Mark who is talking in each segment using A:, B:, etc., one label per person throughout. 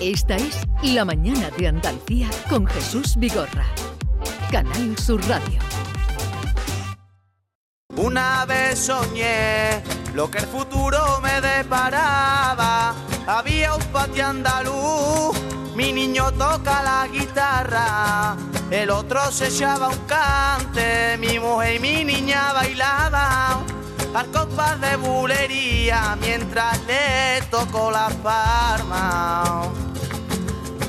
A: Esta es La Mañana de Andalucía con Jesús Vigorra. Canal Sur Radio.
B: Una vez soñé lo que el futuro me deparaba. Había un patio andaluz, mi niño toca la guitarra. El otro se echaba un cante, mi mujer y mi niña bailaban al compás de bulería mientras le tocó la palma.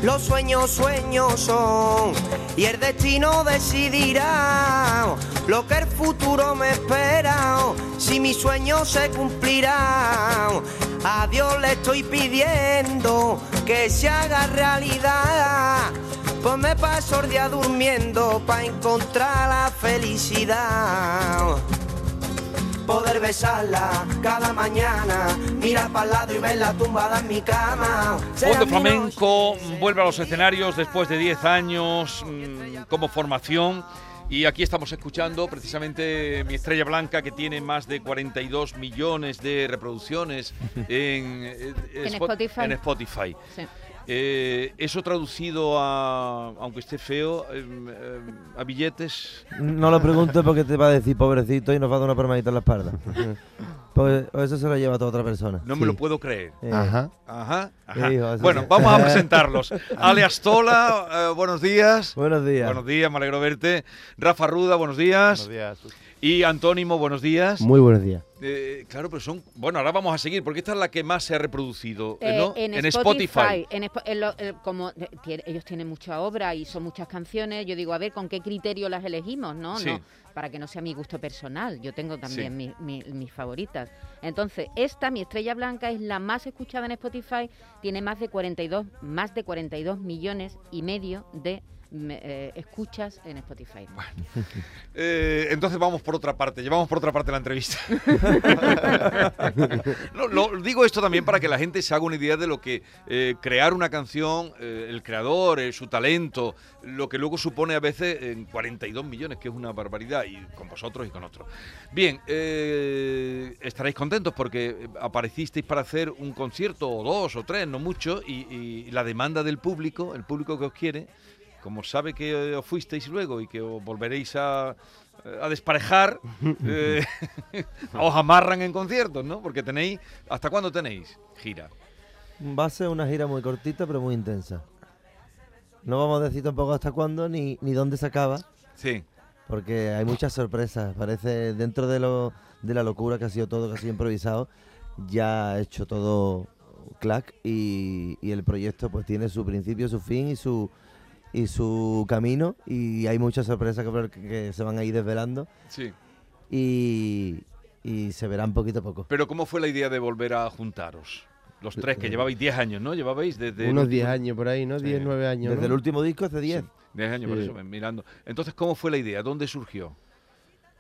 B: Los sueños, sueños son, y el destino decidirá lo que el futuro me espera, si mi sueño se cumplirá. A Dios le estoy pidiendo que se haga realidad, pues me paso el día durmiendo para encontrar la felicidad poder besarla cada mañana, mirar para lado y verla tumbada en mi cama.
C: Fondo Flamenco mm, vuelve a los escenarios después de 10 años mm, como formación. Y aquí estamos escuchando precisamente mi estrella blanca que tiene más de 42 millones de reproducciones en, eh,
D: En
C: Spot-
D: Spotify.
C: en Spotify.
D: Sí.
C: Eh, eso traducido a, aunque esté feo, em, em, a billetes.
E: No lo preguntes porque te va a decir pobrecito y nos va a dar una palmadita en la espalda. Pues o eso se lo lleva a toda otra persona.
C: No me lo puedo creer.
E: Eh,
F: Ajá.
C: Ajá. ajá.
E: Hijo, eso
C: bueno,
E: sí.
C: vamos a presentarlos. Ale Astola, eh, buenos días.
E: Buenos días.
C: Buenos días, me alegro verte. Rafa Ruda, buenos días.
F: Buenos días.
C: Y Antónimo, buenos días.
F: Muy buenos días.
C: Eh, claro, pero son. Bueno, ahora vamos a seguir, porque esta es la que más se ha reproducido,
D: Eh,
C: ¿no?
D: en, Spotify. en Spo- en lo- eh, como eh, tiene- ellos tienen mucha obra y son muchas canciones, yo digo, a ver, ¿con qué criterio las elegimos? No,
C: Sí.
D: no para que no sea mi gusto personal. Yo tengo también
C: Sí.
D: mi- mi- mis favoritas. Entonces, esta, mi estrella blanca, es la más escuchada en Spotify. Tiene más de 42, más de 42 millones y medio de mm, eh, escuchas en Spotify.
C: Eh, entonces vamos por otra parte, llevamos por otra parte la entrevista. No, lo- digo esto también para que la gente se haga una idea de lo que eh, crear una canción, eh, el creador, eh, su talento, lo que luego supone a veces en 42 millones, que es una barbaridad, y con vosotros y con otros. Bien, eh, estaréis contentos porque aparecisteis para hacer un concierto o dos o tres, no mucho, y, y la demanda del público, el público que os quiere, como sabe que eh, os fuisteis luego y que os volveréis a, a desparejar, eh, os amarran en conciertos, ¿no? Porque tenéis, ¿hasta cuándo tenéis gira?
E: Va a ser una gira muy cortita pero muy intensa. No vamos a decir tampoco hasta cuándo ni, ni dónde se acaba,
C: Sí.
E: porque hay muchas sorpresas. Parece dentro de, lo, de la locura que ha sido todo, que ha sido improvisado, ya ha hecho todo clac y, y el proyecto pues tiene su principio, su fin y su y su camino y hay muchas sorpresas que, que se van a ir desvelando
C: Sí.
E: y, y se verán poquito a poco.
C: Pero ¿cómo fue la idea de volver a juntaros? Los tres, que llevabais 10 años, ¿no? Llevabais desde... el
F: Unos
C: último-
F: 10 años por ahí, ¿no?
C: Sí.
F: 10, 9 años.
E: Desde el
F: ¿no?
E: último disco hace 10.
C: 10 años, por
F: Sí.
C: eso, me- mirando. Entonces, ¿cómo fue la idea? ¿Dónde surgió?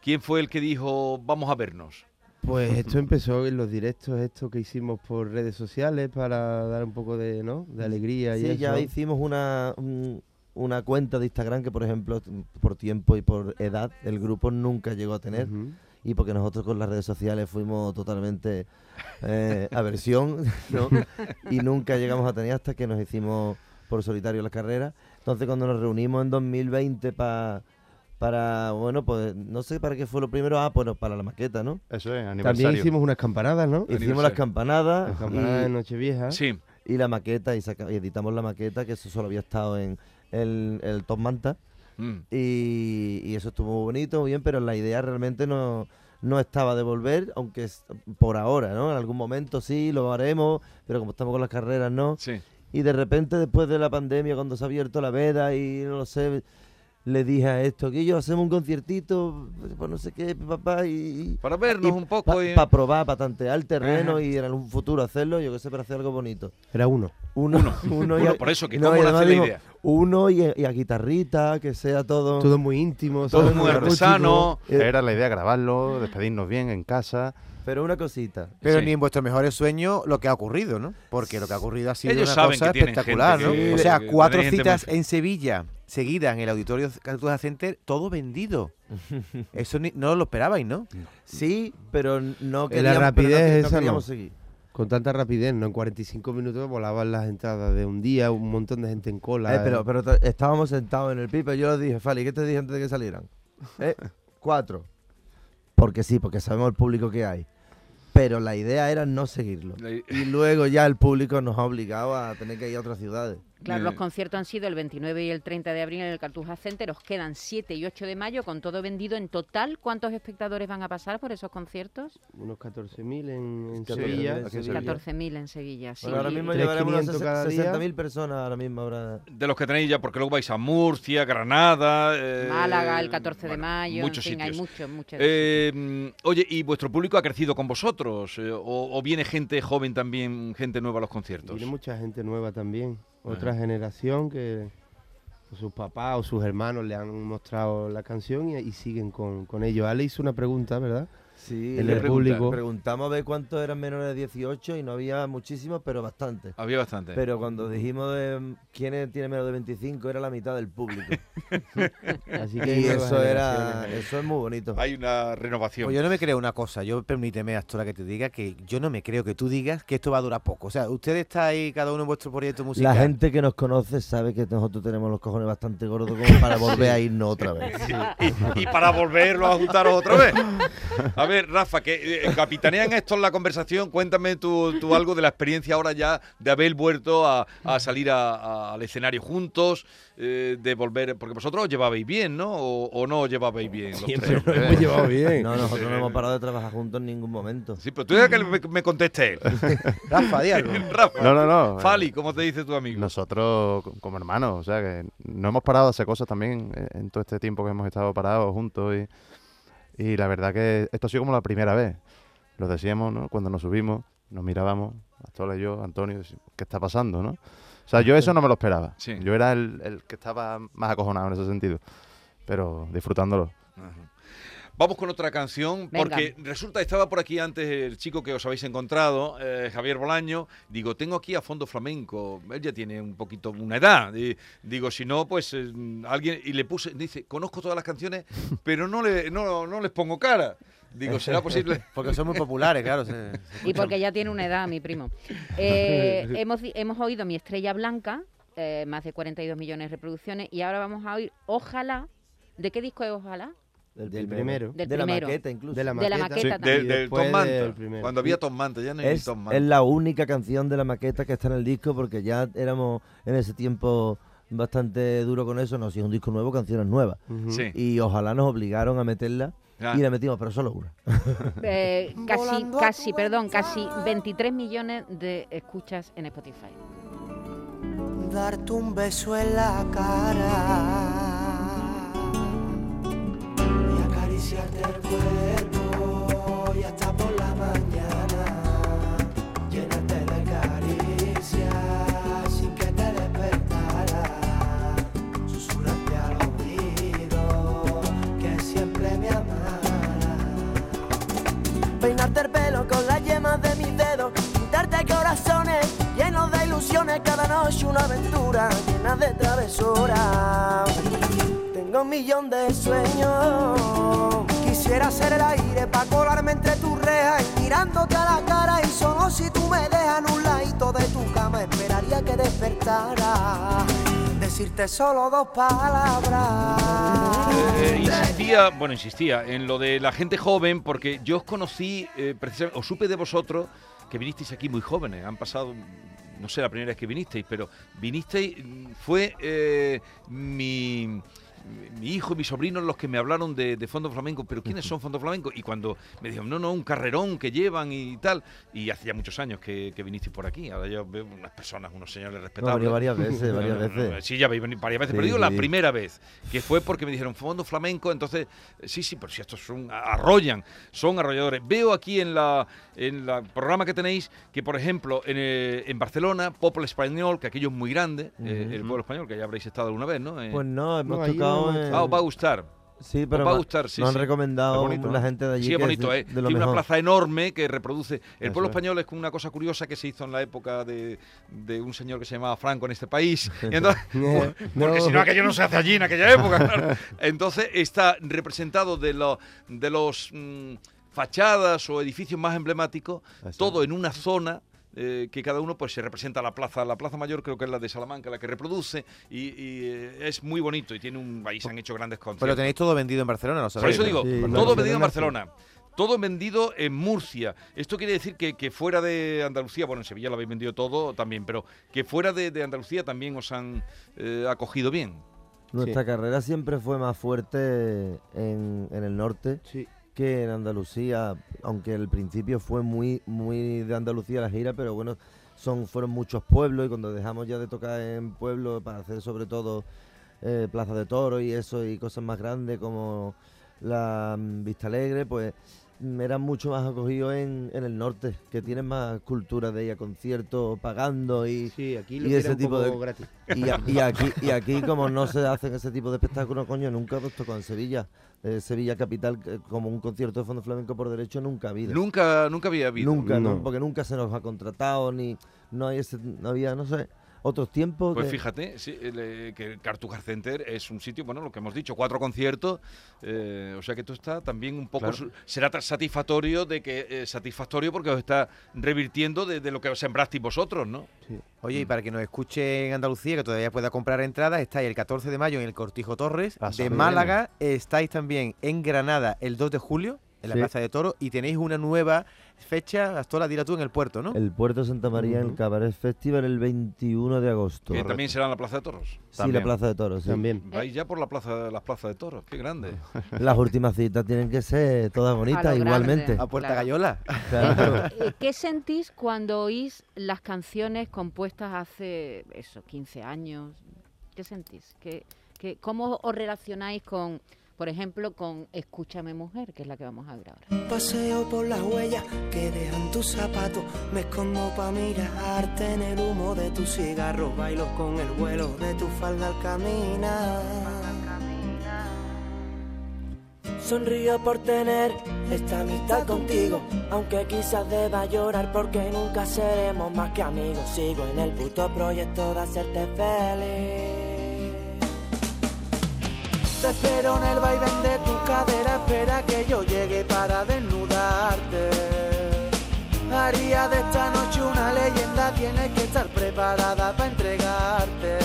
C: ¿Quién fue el que dijo, vamos a vernos?
F: Pues esto empezó en los directos, esto que hicimos por redes sociales para dar un poco de, ¿no? de alegría y
E: Sí, ya
F: eso.
E: hicimos una, un- una cuenta de Instagram que, por ejemplo, t- por tiempo y por edad, el grupo nunca llegó a tener.
F: Ujú.
E: Y porque nosotros con las redes sociales fuimos totalmente eh, aversión, ¿no? Y nunca llegamos a tener hasta que nos hicimos por solitario la carrera. Entonces, cuando nos reunimos en 2020 pa- para, bueno, pues no sé para qué fue lo primero. Ah, bueno, para la maqueta, ¿no?
G: Eso es, aniversario.
F: También hicimos unas campanadas, ¿no?
E: Hicimos las
C: Aniversario.
E: campanadas.
F: Las campanadas
E: y-
F: de Nochevieja.
C: Sí,
E: y la maqueta y, saca- y editamos la maqueta que eso solo había estado en el, el Top Manta
C: mm,
E: y, y eso estuvo muy bonito, muy bien, pero la idea realmente no, no estaba de volver, aunque es por ahora, ¿no? En algún momento sí, lo haremos, pero como estamos con las carreras, no.
C: sí.
E: Y de repente, después de la pandemia, cuando se ha abierto la veda y no lo sé, le dije a esto, que yo hacemos un conciertito, pues no sé qué, papá, y...
C: Para vernos
E: y
C: un poco.
E: Para
C: y-
E: probar, para tantear el terreno
C: Ajá.
E: y en algún futuro hacerlo, yo que sé, para hacer algo bonito.
F: Era uno.
E: Uno, uno,
C: Uno, por eso, que
E: no,
C: cómo
E: y
C: nace
E: además
C: la
E: digo,
C: idea.
E: Uno y, y a guitarrita, que sea todo.
F: Todo muy íntimo.
C: todo
F: ¿sabes?
C: muy artesano.
E: Eh,
G: Era la idea grabarlo, despedirnos bien en casa.
E: Pero una cosita.
F: Mm.
H: Pero
C: Sí.
H: ni en vuestros mejores sueños lo que ha ocurrido, ¿no? Porque lo que ha ocurrido ha sido
C: Ellos
H: una
C: saben
H: cosa
C: que tienen
H: espectacular,
C: gente que-
H: ¿no? O
C: que-
H: sea,
C: que
H: cuatro
C: tienen gente
H: citas
C: muy-
H: en Sevilla seguidas en el auditorio Cartuja Center, todo vendido. Eso ni- no lo esperabais, ¿no?
E: Sí, pero no queríamos,
F: la
E: pero no-
F: rapidez
E: no
F: esa no.
E: queríamos seguir.
F: con tanta rapidez, ¿no? En 45 minutos volaban las entradas de un día, un montón de gente en cola.
E: Eh, pero, pero to- estábamos sentados en el pipe. Yo les dije, Fali, ¿qué te dije antes de que salieran? Eh, Cuatro. Porque sí, porque sabemos el público que hay. Pero la idea era no seguirlo.
C: La i-
E: Y luego ya el público nos ha obligado a tener que ir a otras ciudades.
D: Claro, los
C: Eh.
D: conciertos han sido el 29 y el 30 de abril en el Cartuja Center, os quedan 7 y 8 de mayo con todo vendido en total. ¿Cuántos espectadores van a pasar por esos conciertos?
F: Unos 14.000 en, en
I: 14.000
F: Sevilla.
I: aquí en Sevilla.
D: 14.000 en Sevilla, sí.
E: Bueno, ahora mismo
F: Tres
E: llevaremos unas
F: 500 cada
E: 60.000 personas ahora mismo. Ahora.
C: De los que tenéis ya, porque luego vais a Murcia, Granada. eh,
D: Málaga el 14 de
C: bueno,
D: mayo,
C: Muchos
D: en fin, hay
C: sitios.
D: muchos, muchos.
C: Eh, mm, oye, ¿y vuestro público ha crecido con vosotros? Eh, o, o viene gente joven también, gente nueva a los conciertos?
F: Tiene mucha gente nueva también, otra generación que sus papás o sus hermanos le han mostrado la canción y, y siguen con, con ello. Ale hizo una pregunta, ¿verdad?
E: Sí,
F: En
E: le
F: el
E: pregun-
F: público.
E: preguntamos a ver cuántos eran menores de 18 y no había muchísimos, pero bastantes.
C: Había bastante.
E: Pero cuando dijimos de mm, quiénes tiene menos de 25, era la mitad del público.
F: Así que hay
E: y
F: nuevas
E: eso era
F: generaciones.
E: eso es muy bonito.
C: Hay una renovación.
H: Pues yo no me creo una cosa, yo permíteme, Astora, que te diga que yo no me creo que tú digas que esto va a durar poco. O sea, ustedes estáis cada uno en vuestro proyecto
E: La
H: musical.
E: gente que nos conoce sabe que nosotros tenemos los cojones bastante gordos como para volver a irnos otra vez.
C: y, y para volverlo a juntaros otra vez. A ver, Rafa, que eh, capitanean esto en la conversación. Cuéntame tú, tú algo de la experiencia ahora ya de haber vuelto a, a salir a- a- al escenario juntos, eh, de volver, porque vosotros os llevabais bien, ¿no? O, o no os llevabais bien. los
F: Siempre
C: tres?
F: nos hemos llevado bien.
E: No, nosotros no hemos parado de trabajar juntos en ningún momento.
C: Sí, pero tú deja que me, me conteste él.
H: Rafa, di algo.
C: Rafa,
I: No, no, no.
C: Fali, ¿cómo te dice tu amigo?
I: Nosotros co- como hermanos, o sea, que no hemos parado de hacer cosas también eh, en todo este tiempo que hemos estado parados juntos y, y la verdad que esto ha sido como la primera vez. Lo decíamos, ¿no? Cuando nos subimos, nos mirábamos, Astola y yo, Antonio, decíamos, ¿qué está pasando, no? O sea, yo eso no me lo esperaba.
C: Sí.
I: Yo era el, el que estaba más acojonado en ese sentido, pero disfrutándolo.
C: Ajá. Vamos con otra canción,
D: Venga.
C: porque resulta, estaba por aquí antes el chico que os habéis encontrado, eh, Javier Bolaño. Digo, tengo aquí a fondo flamenco. Él ya tiene un poquito una edad. y digo, si no, pues eh, alguien. Y le puse, dice, conozco todas las canciones, pero no, le, no, no les pongo cara. Digo, ¿será posible?
H: Porque son muy populares, claro. se- se
D: Y
H: escuchan.
D: porque ya tiene una edad, mi primo. Eh, hemos, di- hemos oído Mi Estrella Blanca, eh, más de 42 millones de reproducciones, y ahora vamos a oír Ojalá. ¿De qué disco es Ojalá?
F: Del primero.
D: Del
E: de la
D: primero.
E: maqueta incluso.
F: De la
D: De la
F: maqueta.
C: de-
D: maqueta
F: Sí, y
C: del
D: también.
F: después
C: Tom Manta.
F: del primero.
C: Cuando había Tom Manta, ya no hay
E: es,
C: Tom
E: es
C: Manta.
E: la única canción de la maqueta que está en el disco porque ya éramos en ese tiempo bastante duro con eso. No, si es un disco nuevo, canciones nuevas.
F: Ujú.
C: Sí.
E: Y ojalá nos obligaron a meterla
C: Ah.
E: y la metimos, pero solo una.
D: Eh, casi, casi, perdón, casi 23 millones de escuchas en Spotify.
B: darte un beso en la cara y acariciarte el cuerpo y hasta por la mañana llenarte de caricias sin que te despertara susurrarte al oído que siempre me amarás Peinarte el pelo con las yemas de mis dedos, pintarte corazones llenos de ilusiones, cada noche una aventura llena de travesuras. Tengo un millón de sueños, quisiera ser el aire para colarme entre tus rejas y mirándote a la cara y solo si tú me dejas en un ladito de tu cama esperaría que despertara. Decirte solo dos palabras.
C: Eh, insistía, bueno, insistía en lo de la gente joven, porque yo os conocí, eh, precisamente, os supe de vosotros que vinisteis aquí muy jóvenes. Han pasado, no sé, la primera vez que vinisteis, pero vinisteis, mm, fue eh, mi. Mi hijo y mis sobrinos los que me hablaron de, de Fondo Flamenco, pero ¿quiénes son Fondo Flamenco? Y cuando me dijeron, no, no, un carrerón que llevan y tal. Y hace ya muchos años que, que vinisteis por aquí. Ahora yo veo unas personas, unos señores
E: Hemos
C: respetables.
E: venido varias veces, varias
C: No, no, no,
E: veces.
C: sí, ya habéis venido varias veces,
E: Sí,
C: pero digo
E: sí,
C: la
E: sí.
C: primera vez, que fue porque me dijeron fondo flamenco, entonces, eh, sí, sí, pero si estos son, arrollan, son arrolladores. Veo aquí en la en la programa que tenéis que, por ejemplo, en, eh, en Barcelona, Popol Español, que aquello es muy grande, eh, el pueblo español, que ya habréis estado alguna vez, ¿no? Eh,
E: Pues no, hemos
F: No, ahí
E: tocado.
F: no hemos
E: en-
C: ah, os va a gustar.
E: sí, pero
C: va a
E: ma-
C: gustar, sí,
E: nos
C: sí.
E: han recomendado
I: Es bonito,
E: la
I: ¿eh?
E: gente de allí.
C: Sí, es
E: que
C: bonito,
E: de-
C: ¿eh?
E: de lo
C: Tiene una
E: mejor.
C: plaza enorme que reproduce. El
I: Eso
C: pueblo
I: es.
C: español es como una cosa curiosa que se hizo en la época de, de un señor que se llamaba Franco en este país. Y entonces,
F: No,
C: Porque
F: no.
C: si no, aquello no se hace allí en aquella época. claro. Entonces está representado de, lo- de los mm, fachadas o edificios más emblemáticos,
I: Así
C: todo en una zona eh, que cada uno pues se representa la plaza. La plaza mayor creo que es la de Salamanca, la que reproduce y, y, eh, es muy bonito y tiene un ahí se han hecho grandes conciertos.
H: Pero tenéis todo vendido en Barcelona, ¿lo
C: Por
H: sabéis?
C: eso digo,
F: Sí,
C: todo
F: Barcelona,
C: vendido en
F: sí.
C: Barcelona. Todo vendido en Murcia. Esto quiere decir que, que fuera de Andalucía, bueno, en Sevilla lo habéis vendido todo también, pero que fuera de, de Andalucía también os han eh, acogido bien.
E: Nuestra carrera siempre fue más fuerte en, en el norte
F: Sí.
E: que en Andalucía, aunque al principio fue muy, muy de Andalucía la gira, pero bueno, son, fueron muchos pueblos y cuando dejamos ya de tocar en pueblos para hacer sobre todo eh, Plaza de Toro y eso y cosas más grandes como la mm, Vista Alegre, pues mm, eran mucho más acogidos en, en el norte, que tienen más cultura de ir a conciertos pagando y...
F: Sí, aquí lo
E: y
F: que
E: ese
F: era un
E: tipo
F: poco
E: de-
F: gratis.
E: Y, a- y aquí, y aquí, como no se hacen ese tipo de espectáculos, coño, nunca nos tocó en Sevilla. Eh, Sevilla Capital, eh, como un concierto de fondo flamenco por derecho, nunca ha habido.
C: Nunca, nunca había habido.
E: Nunca,
F: No.
E: no, porque nunca se nos ha contratado, ni no, hay ese- no había, no sé, otros tiempos.
C: Pues
E: que-
C: fíjate, sí, el, eh, que el Cartuja Center es un sitio, bueno, lo que hemos dicho, cuatro conciertos, eh, o sea que esto está también un poco,
I: Claro.
C: su- será tra- satisfactorio de que, eh, satisfactorio porque os está revirtiendo de, de lo que sembrasteis vosotros, ¿no?
H: Oye, y
E: Mm.
H: para que nos escuche en Andalucía, que todavía pueda comprar entradas, estáis el 14 de mayo en el Cortijo Torres
I: Ah,
H: de
I: San
H: Málaga, estáis también en Granada el 2 de julio en la
F: Sí.
H: Plaza de Toro y tenéis una nueva fecha, Astola, dirá tú, en el puerto, ¿no?
E: El Puerto Santa María, en el
F: Ujú.
E: Cabaret Festival, el 21 de agosto.
C: Que también será en la Plaza de Toros.
E: Sí,
I: También.
E: la Plaza de Toros. sí.
F: También.
C: Vais ya por la plaza, las plazas de toros, qué grande.
E: Las últimas citas tienen que ser todas bonitas,
D: grande.
E: igualmente.
H: A Puerta
D: Claro.
H: Gallola.
E: Claro.
D: Eh, ¿Qué sentís cuando oís las canciones compuestas hace, eso, 15 años? ¿Qué sentís? ¿Qué, qué, cómo os relacionáis con, por ejemplo, con Escúchame Mujer, que es la que vamos a ver ahora?
B: Paseo por las huellas que dejan tus zapatos. Me escondo pa' mirarte en el humo de tu cigarro. Bailo con el vuelo de tu falda al caminar. Sonrío por tener esta amistad contigo. Aunque quizás deba llorar porque nunca seremos más que amigos. Sigo en el puto proyecto de hacerte feliz. Te espero en el vaivén de tu cadera, espera que yo llegue para desnudarte. Haría de esta noche una leyenda, tienes que estar preparada para entregarte.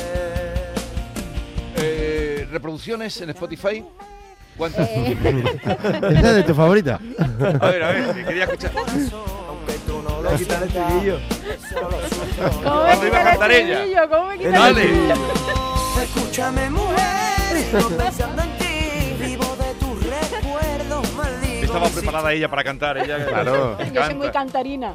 C: Eh, reproducciones en Spotify. ¿Cuántas?
D: Eh.
F: ¿Esa es de tu favorita?
C: A ver, a ver, que quería escuchar.
B: Aunque tú no lo sientas, solo siento yo.
C: me Cuando iba a quita el cantar ella. estribillo?
D: ¿Cómo me
C: Dale.
B: Escúchame mujer, sigo pensando en ti, vivo de tus recuerdos malditos.
C: Estaba preparada ella para cantar. Ella,
I: Claro.
D: Yo soy muy cantarina.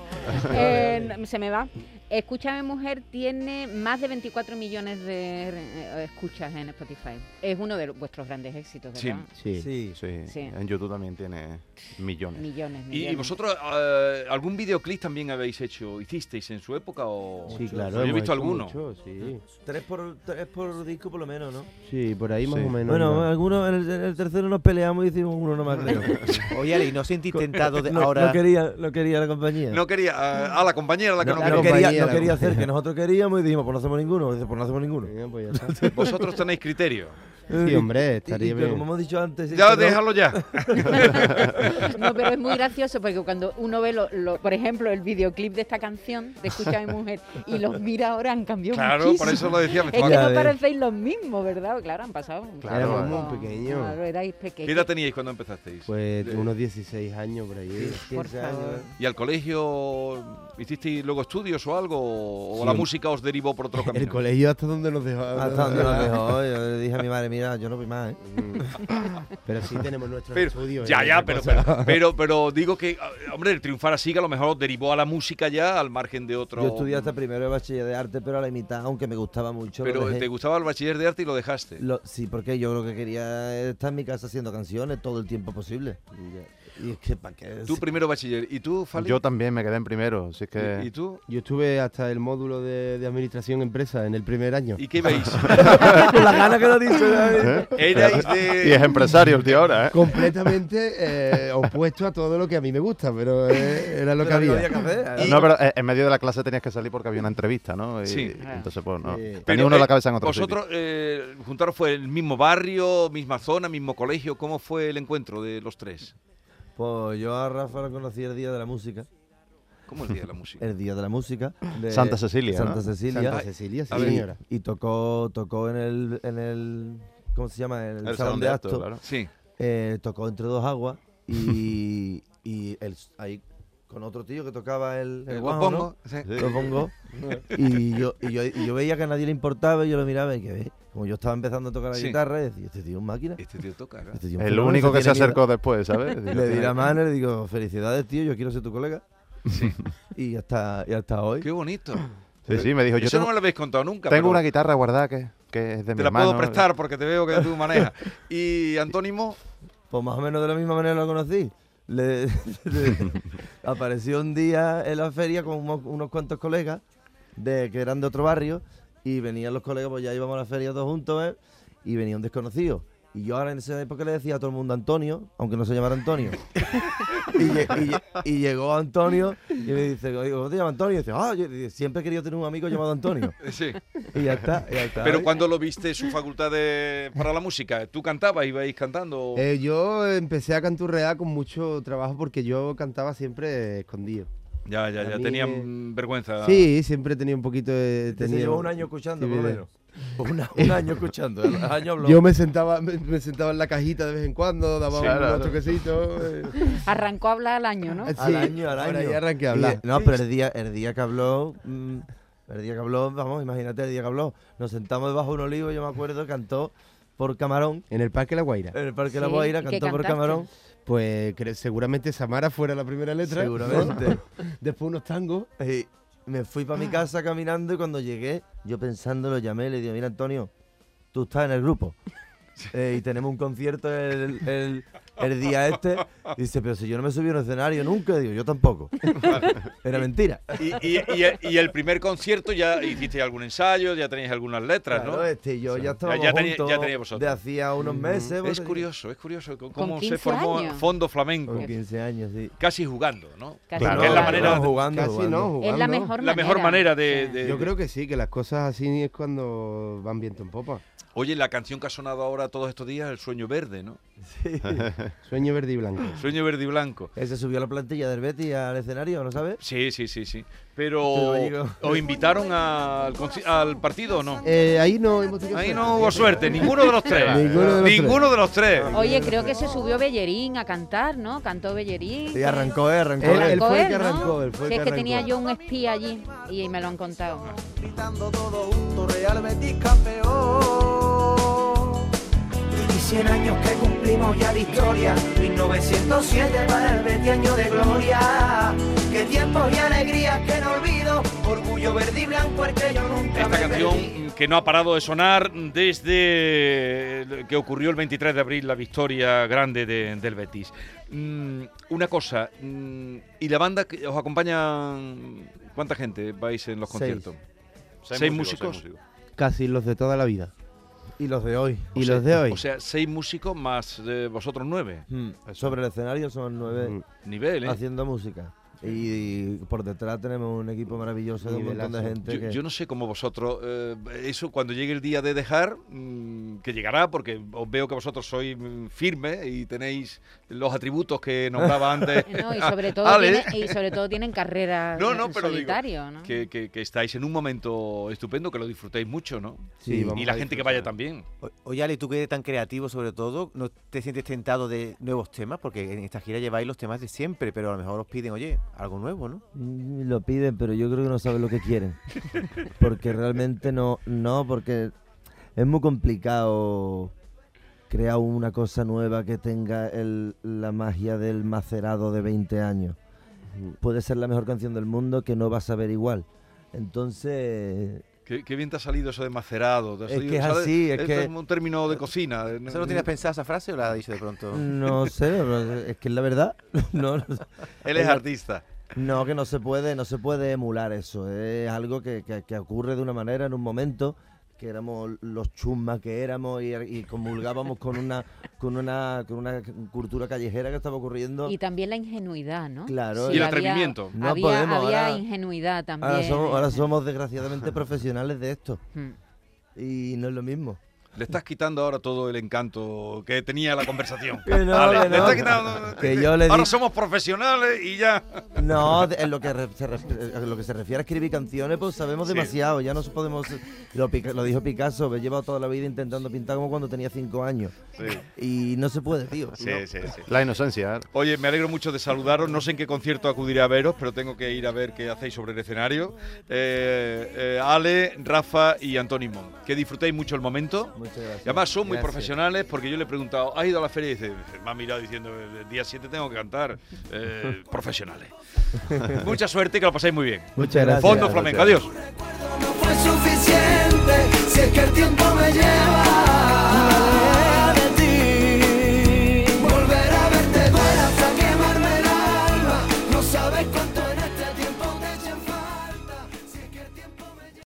D: Eh, no, se me va. Escúchame Mujer tiene más de 24 millones de eh, escuchas en Spotify. Es uno de los- vuestros grandes éxitos,
C: Sí.
D: ¿verdad?
F: Sí.
E: Sí.
I: Sí.
D: Sí.
I: En YouTube también tiene millones.
D: Millones,
C: ¿Y,
D: millones.
C: y vosotros eh, algún videoclip también habéis hecho, hicisteis en su época o
F: Sí, claro.
C: Yo he
F: hemos
C: visto
F: hecho
C: alguno.
F: mucho, sí.
E: Tres por, tres por disco por lo menos, ¿no?
F: sí, por ahí más
I: Sí.
F: o menos.
E: Bueno,
F: iba.
E: algunos, en el, en el tercero nos peleamos y hicimos uno nomás, creo.
H: Oye, Ale, ¿y no sentís tentado de
E: No,
H: ahora?
E: no quería, no quería la compañía.
C: No quería ah, a la compañera la que
E: No-
C: no,
E: no
C: quería.
E: quería,
F: compañía,
E: no
F: la
E: quería hacer que nosotros queríamos y dijimos, pues no hacemos ninguno. Dice, pues no hacemos ninguno. Eh,
F: Eh, pues ya está.
C: Vosotros tenéis criterio.
F: Sí, hombre,
E: Y- y-
F: estaría
E: pero como
F: bien.
E: hemos dicho antes... este, sí,
C: Ya,
E: perdón,
C: déjalo ya.
D: No, pero es muy gracioso porque cuando uno ve, lo- lo- por ejemplo, el videoclip de esta canción, de Escucha a mi mujer, y los mira ahora, han cambiado
C: Claro,
D: muchísimo.
C: por eso lo decía. me
D: Es que
C: estaba-
D: no
E: Vale.
D: parecéis los mismos, ¿verdad? Claro, han pasado.
I: Claro,
D: Claro,
F: éramos muy pequeños.
D: Claro, erais
C: ¿Qué
D: pequeños.
C: edad teníais cuando empezasteis?
F: Pues unos 16 años por ahí.
D: por
E: 15 años,
D: favor.
E: ¿eh?
C: ¿Y al colegio hicisteis luego estudios o algo? ¿O
F: Sí.
C: la música os derivó por otro camino?
F: El colegio hasta donde nos dejó.
E: Hasta donde nos dejó. Yo le dije a mi madre, mira, yo no voy más, ¿eh?
F: Pero sí tenemos nuestro
C: Pero-
F: estudio.
C: Ya,
F: ¿eh?
C: ya,
F: Otra
C: pero,
F: cosa.
C: pero, pero, pero digo que, ah, hombre, el triunfar así que a lo mejor os derivó a la música ya al margen de otro.
E: Yo estudié hasta primero de bachiller de arte, pero a la mitad, aunque me gustaba mucho, lo
C: Pero
E: dejé.
C: te gustaba el bachiller de arte y lo dejaste.
E: Lo- sí, porque yo lo que quería es estar en mi casa haciendo canciones todo el tiempo posible. Y es que, ¿para qué?
C: Tú primero bachiller. ¿Y tú, Fali?
I: Yo también me quedé en primero, así
C: ¿Y-
I: que...
C: ¿Y tú?
F: Yo estuve hasta el módulo de, de administración empresa en el primer año.
C: ¿Y qué veis?
E: Con la gana que lo he dicho. ¿sabes?
I: ¿Eh?
C: Erais
I: Y es
C: de...
I: empresario el tío ahora, ¿eh?
F: Completamente eh, opuesto a todo lo que a mí me gusta, pero eh, era lo que
E: Pero no
F: había.
E: había que hacer.
I: No, pero eh, en medio de la clase tenías que salir porque había una entrevista, ¿no? Y-
C: Sí.
I: y Entonces, pues, no.
F: Sí.
I: Tenía uno
C: eh,
I: la cabeza en otro sitio.
C: Vosotros, eh, juntaros fue el mismo barrio, misma zona, mismo colegio. ¿Cómo fue el encuentro de los tres?
E: Pues yo a Rafa lo conocí el día de la música.
C: ¿Cómo el día de la música?
E: el Día de la Música. de
I: Santa Cecilia,
E: Santa
I: ¿no?
E: Cecilia.
F: Santa Cecilia, sí,
C: a ver.
F: señora.
E: Y tocó, tocó en el, en el ¿cómo se llama? En el,
I: El
E: salón de acto.
I: claro.
C: Sí.
E: Eh, tocó entre dos aguas y, y el- ahí con otro tío que tocaba el, el
C: Eh,
E: guajo,
C: lo
E: ¿no?
C: pongo, sí.
I: Sí.
E: Los bongos. y, yo, y, yo, y yo veía que a nadie le importaba y yo lo miraba y que ve, como yo estaba empezando a tocar la
C: Sí.
E: guitarra, y decía, este tío es máquina.
C: Este tío toca, ¿no?
E: Este tío es un
I: El
E: fenómeno,
I: único
E: este
I: que se
E: tiene mi edad".
I: acercó después, ¿sabes?
E: Le di la mano y le digo, felicidades tío, yo quiero ser tu colega. y hasta, y hasta hoy.
C: Qué bonito.
I: Sí, sí, me dijo, yo
C: Eso
I: tengo,
C: no me lo habéis contado nunca.
I: tengo
C: pero
I: una guitarra guardada que, que es de mi
C: Te la
I: hermano.
C: puedo prestar porque te veo que tú manejas. Y antónimo,
E: Pues más o menos de la misma manera lo conocí. Le- le- apareció un día en la feria con unos, unos cuantos colegas de, que eran de otro barrio y venían los colegas, pues ya íbamos a la feria todos juntos ¿eh? y venía un desconocido. Y yo ahora en esa época le decía a todo el mundo Antonio, aunque no se llamara Antonio. y, lle- y lle- y llegó Antonio y me dice, oye, ¿cómo te llamas Antonio? Y dice, ah, yo yo siempre he querido tener un amigo llamado Antonio.
C: eh, sí.
E: Y ya está, y ya está.
C: Pero
E: Ay,
C: cuando lo viste su facultad de- para la música, ¿tú cantabas, ibais cantando?
F: Eh, yo empecé a canturrear con mucho trabajo porque yo cantaba siempre escondido.
C: ya, ya,
F: a
C: ya.
F: mí,
C: Tenían
F: eh,
C: vergüenza.
F: Sí, siempre tenía un poquito de...
E: este se
F: tenía-
E: Ah. llevó un año escuchando,
F: Sí,
E: por lo
F: mire.
E: menos. Una- un año escuchando, al año habló.
F: Yo me sentaba, me, me sentaba en la cajita de vez en cuando, daba
I: Sí,
F: unos
I: claro.
F: toquecitos. eh.
D: Arrancó a hablar al año, ¿no?
F: Sí,
E: Al año, al
F: Ahora
E: año.
F: ya arranqué a
E: Y,
F: hablar.
E: eh, no, pero el día, el día que habló, mm, el día que habló, vamos, imagínate el día que habló. Nos sentamos debajo de un olivo, yo me acuerdo, cantó por Camarón,
F: En el Parque La Guaira.
E: en el Parque
D: Sí,
E: La Boira,
D: ¿y qué
E: cantó por
D: cantaste?
E: Camarón,
F: Pues creo- seguramente Samara fuera la primera letra.
E: seguramente.
F: Después unos tangos.
E: Y me fui para mi
C: Ah.
E: casa caminando y cuando llegué, yo pensando, lo llamé y le digo, mira Antonio, tú estás en el grupo. eh, y tenemos un concierto el, el- el día este. Dice, pero si yo no me subí a un escenario nunca, digo, yo tampoco. Era mentira.
C: Y, y- y- y el primer concierto ya hiciste algún ensayo, ya teníais algunas letras,
E: Claro,
C: ¿no?
E: este y yo ya estábamos
C: ya tenía-
E: juntos
C: ya tenía vosotros. Mm,
E: de hacía unos meses.
C: Es
E: porque-
C: curioso, es curioso c- cómo se
D: 15
C: formó
D: años.
C: Fondo Flamenco.
E: Con 15 años, sí.
C: Casi jugando, ¿no?
D: Casi
I: Claro,
C: Que es la
D: jugando.
C: manera,
E: no, jugando,
F: Casi
E: jugando.
F: no,
D: Es la
F: jugando. Eh.
D: mejor
C: la
D: manera.
C: mejor manera de,
D: Sí.
C: de-
F: Yo creo que sí, que las cosas así es cuando van viento en popa.
C: Oye, la canción que ha sonado ahora todos estos días, El Sueño Verde, ¿no?
F: Sueño verde y blanco.
C: Sueño Verde y Blanco.
E: Ese subió a la plantilla del Betty al escenario, ¿no sabes?
C: Sí, sí, sí, sí. Pero,
E: Pero digo-
C: ¿os invitaron al, conci- al partido o no?
F: Eh, ahí no hemos tenido
C: Ahí
F: suerte.
C: no hubo suerte, ninguno de los tres.
F: Ninguno de los tres.
C: Ninguno de los tres.
D: Oye, creo que se subió Bellerín a cantar, ¿no? Cantó Bellerín.
E: Y arrancó, eh, arrancó.
F: Él- él fue el
D: él,
F: que
D: ¿no?
F: arrancó, él fue el
D: Si es
F: que
D: que tenía
F: arrancó.
D: yo un espía allí y me lo han contado.
J: gritando todo junto, Real Betis campeón.
B: Y 100 años que cumplimos ya de historia, 1907 para el 20 año de gloria. Qué tiempos y alegrías que no olvido, orgullo verde y blanco el que yo nunca
C: Esta
B: me perdí.
C: canción que no ha parado de sonar desde el- que ocurrió el 23 de abril, la victoria grande de- del Betis. Mm, una cosa, mm, ¿y la banda que os acompaña? ¿Cuánta gente vais en los
E: Seis.
C: conciertos? ¿Seis, músicos?
I: seis músicos.
F: Casi los de toda la vida.
E: Y los de hoy.
F: Y
C: O sea-
F: los de hoy.
C: O sea, seis músicos más eh, vosotros nueve.
E: Mm, Sobre el escenario son nueve
F: Mm.
C: Nivel, ¿eh?
E: haciendo música. Y, por detrás tenemos un equipo maravilloso de un montón de
F: Nivelazo.
E: gente
C: Yo,
E: que...
C: yo no sé cómo vosotros, eh, eso cuando llegue el día de dejar, mm, que llegará, porque os veo que vosotros sois mm, firmes y tenéis los atributos que nombraba antes.
D: No, y sobre todo,
C: Ale,
D: tiene- y sobre todo tienen carrera
C: Ah, No, no,
D: en
C: pero digo,
D: solitario, ¿no?
C: que, que- que estáis en un momento estupendo, que lo disfrutéis mucho, ¿no?
F: Sí,
C: y
F: vamos
C: la
F: a
C: gente que
F: disfrutar.
C: vaya también.
H: O- Oye, Ale, tú que eres tan creativo sobre todo, ¿no te sientes tentado de nuevos temas? Porque en esta gira lleváis los temas de siempre, pero a lo mejor os piden, oye, algo nuevo, ¿no?
E: Mm, Lo piden, pero yo creo que no saben lo que quieren. Porque realmente no, no, porque es muy complicado crear una cosa nueva que tenga el- la magia del macerado de 20 años. Puede ser la mejor canción del mundo que no vas a ver igual. Entonces,
C: Qué, qué bien te ha salido eso de macerado. te ha
E: Es
C: salido,
E: que es
C: ¿sabes?
E: así, es
C: Esto
E: que-
C: como un término de cocina. de-
H: ¿Eso lo tenías pensado esa frase o la has dicho de pronto?
E: no sé, pero es que es la verdad. No, no,
C: Él es artista.
E: No, que no se puede, no se puede emular eso. Es algo que, que- que ocurre de una manera en un momento que éramos los chusmas que éramos y, y comulgábamos con una, con una con una cultura callejera que estaba ocurriendo.
D: Y también la ingenuidad, ¿no?
E: Claro,
C: Y el
D: había-
C: atrevimiento.
E: No
D: había,
E: podemos,
D: había
E: ahora-
D: ingenuidad también. eh.
E: ahora, somos, ahora somos desgraciadamente profesionales de esto
D: Mm.
E: y no es lo mismo.
C: Le estás quitando ahora todo el encanto que tenía la conversación.
E: Que no,
C: Vale,
E: que
C: le
E: no.
C: estás quitando-
E: Que yo le
C: ahora
E: di-
C: somos profesionales y ya.
E: No, de- en lo, que re- se re- en lo que se refiere a escribir canciones, pues sabemos
C: Sí.
E: demasiado. Ya no podemos. Lo, Pica- lo dijo Picasso, me he llevado toda la vida intentando pintar como cuando tenía cinco años.
C: Sí,
E: Y no se puede, tío.
C: sí, sí, sí.
I: La inocencia. ¿eh?
C: Oye, me alegro mucho de saludaros. No sé en qué concierto acudiré a veros, pero tengo que ir a ver qué hacéis sobre el escenario. Eh, eh, Ale, Rafa y Antonio Mon. Que disfrutéis mucho el momento.
E: Muchas gracias.
C: Y además son muy
E: Gracias.
C: profesionales porque yo le he preguntado, ¿has ido a la feria? Y dice, me ha mirado diciendo, el día 7 tengo que cantar. Eh, profesionales. Mucha suerte y que lo paséis muy bien.
F: Muchas gracias.
C: Fondo Flamenco, adiós.
B: recuerdo no fue suficiente, si es que el tiempo me lleva este